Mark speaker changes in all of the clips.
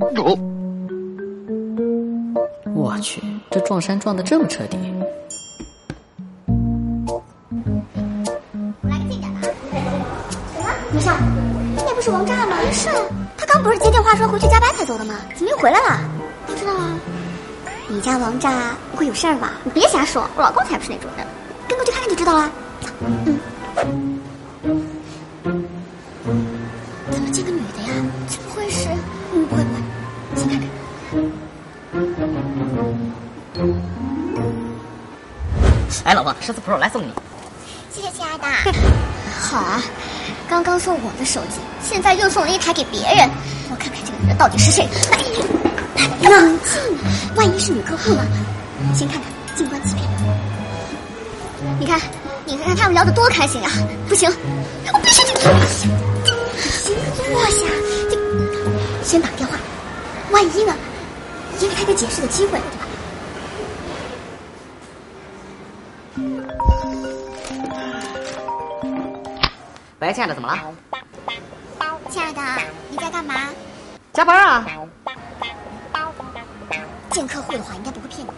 Speaker 1: 哦，
Speaker 2: 我去，这撞山撞的这么彻底。
Speaker 3: 我来个近点的啊！怎么？没事儿，那不是王炸吗？没事，啊他刚不是接电话说回去加班才走的吗？怎么又回来了？不知道啊。你家王炸不会有事儿吧？你别瞎说，我老公才不是那种人，跟过去看看就知道了。嗯。怎么这个女的呀？怎么会是？嗯，不会不会，先看看。
Speaker 2: 哎，老婆，十四 Pro 来送你。
Speaker 3: 谢谢亲爱的。好啊，刚刚送我的手机，现在又送了一台给别人，我看看这个女的到底是谁。哎呦，冷静，万一是女客户呢？先看看，静观其变。你看，你看他们聊得多开心啊！不行，我必须得落下，这先打个电话，万一呢？也给他一个解释的机会，对吧？
Speaker 2: 喂，亲爱的，怎么了？
Speaker 3: 亲爱的，你在干嘛？
Speaker 2: 加班啊？
Speaker 3: 见客户的话，应该不会骗你。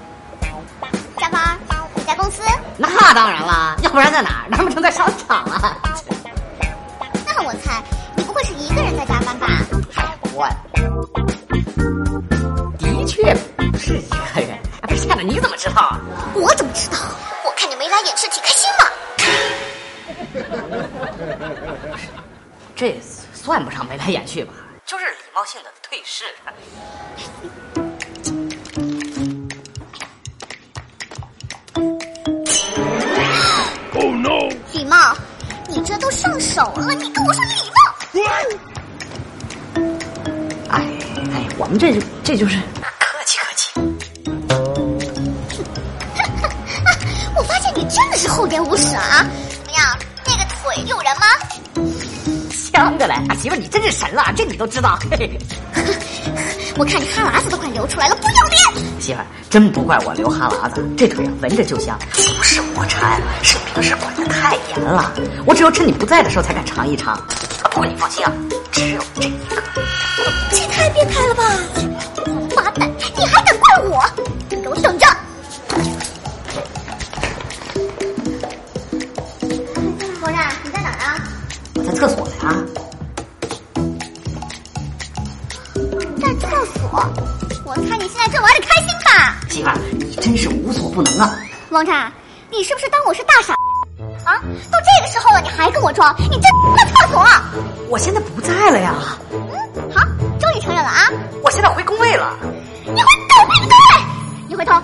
Speaker 3: 加班儿，你在公司？
Speaker 2: 那当然啦，要不然在哪儿？难不成在商场啊？
Speaker 3: 那我猜，你不会是一个人在加班吧？
Speaker 2: 我的确不是一个人。哎不是，亲爱的，你怎么知道啊？
Speaker 3: 我怎么知道？我看你眉来眼去，挺开心嘛。
Speaker 2: 这算不上眉来眼去吧，就是礼貌性的啊对视。
Speaker 3: 礼貌，你这都上手了，你跟我说礼貌，
Speaker 2: 哎哎，我们这就这就是客气客气。
Speaker 3: 我发现你真的是厚颜无耻啊！怎么样，那个腿诱人吗？
Speaker 2: 香的嘞！哎，媳妇儿，你真是神了，这你都知道。 嘿嘿
Speaker 3: 我看你哈喇子都快流出来了，不要脸！
Speaker 2: 媳妇儿，真不怪我流哈喇子，这腿啊闻着就香。不是我馋，是平时管得太严了。我只有趁你不在的时候才敢尝一尝。不过你放心啊，只有这一个。
Speaker 3: 这太变态了吧！妈蛋，你还敢怪我？给我等着！罗然，嗯你在哪儿啊？
Speaker 2: 我在厕所呢啊。
Speaker 3: 在厕所。我猜你现在正玩的开心吧？
Speaker 2: 媳妇儿，你真是无所不能啊！
Speaker 3: 王炸，你是不是当我是大傻啊？都这个时候了，你还跟我装？你这快厕所！
Speaker 2: 我现在不在了呀，
Speaker 3: 嗯，好，终于承认了啊！
Speaker 2: 我现在回工位了。
Speaker 3: 你回狗屁滚！你回头。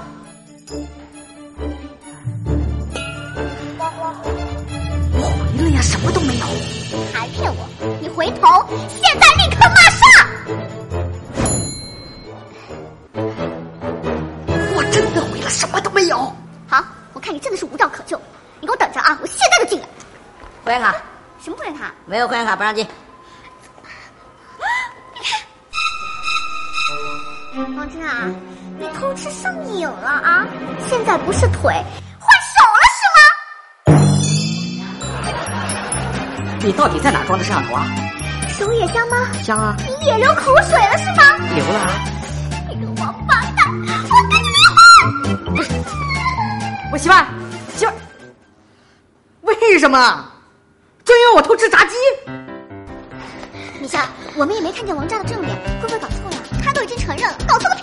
Speaker 2: 我回了呀，什么都没有。
Speaker 3: 还骗我！你回头，现在立刻马上！
Speaker 2: 我真的回了，什么都没有。
Speaker 3: 好，我看你真的是无药可救，你给我等着啊！我现在就进来。
Speaker 2: 会员卡
Speaker 3: 什么不认他？
Speaker 2: 没有会员卡不让进。
Speaker 3: 王真啊，你偷吃上瘾了啊！现在不是腿，换手了是吗？
Speaker 2: 你到底在哪装的摄像头啊？
Speaker 3: 手也香吗？
Speaker 2: 香啊，
Speaker 3: 你也流口水了是吗？
Speaker 2: 留了啊。
Speaker 3: 你个王八蛋！我跟你离婚！
Speaker 2: 我媳妇儿，媳妇儿，为什么？就因为我偷吃炸鸡？
Speaker 3: 米夏，我们也没看见王炸的正脸，会不会搞错了？他都已经承认了，搞错个屁！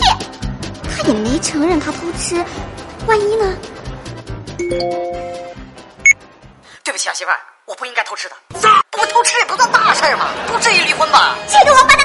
Speaker 3: 他也没承认他偷吃，万一呢？
Speaker 2: 对不起啊，媳妇儿，我不应该偷吃的。不偷吃也不算大事儿嘛，不至于离婚吧？
Speaker 3: 这个王八蛋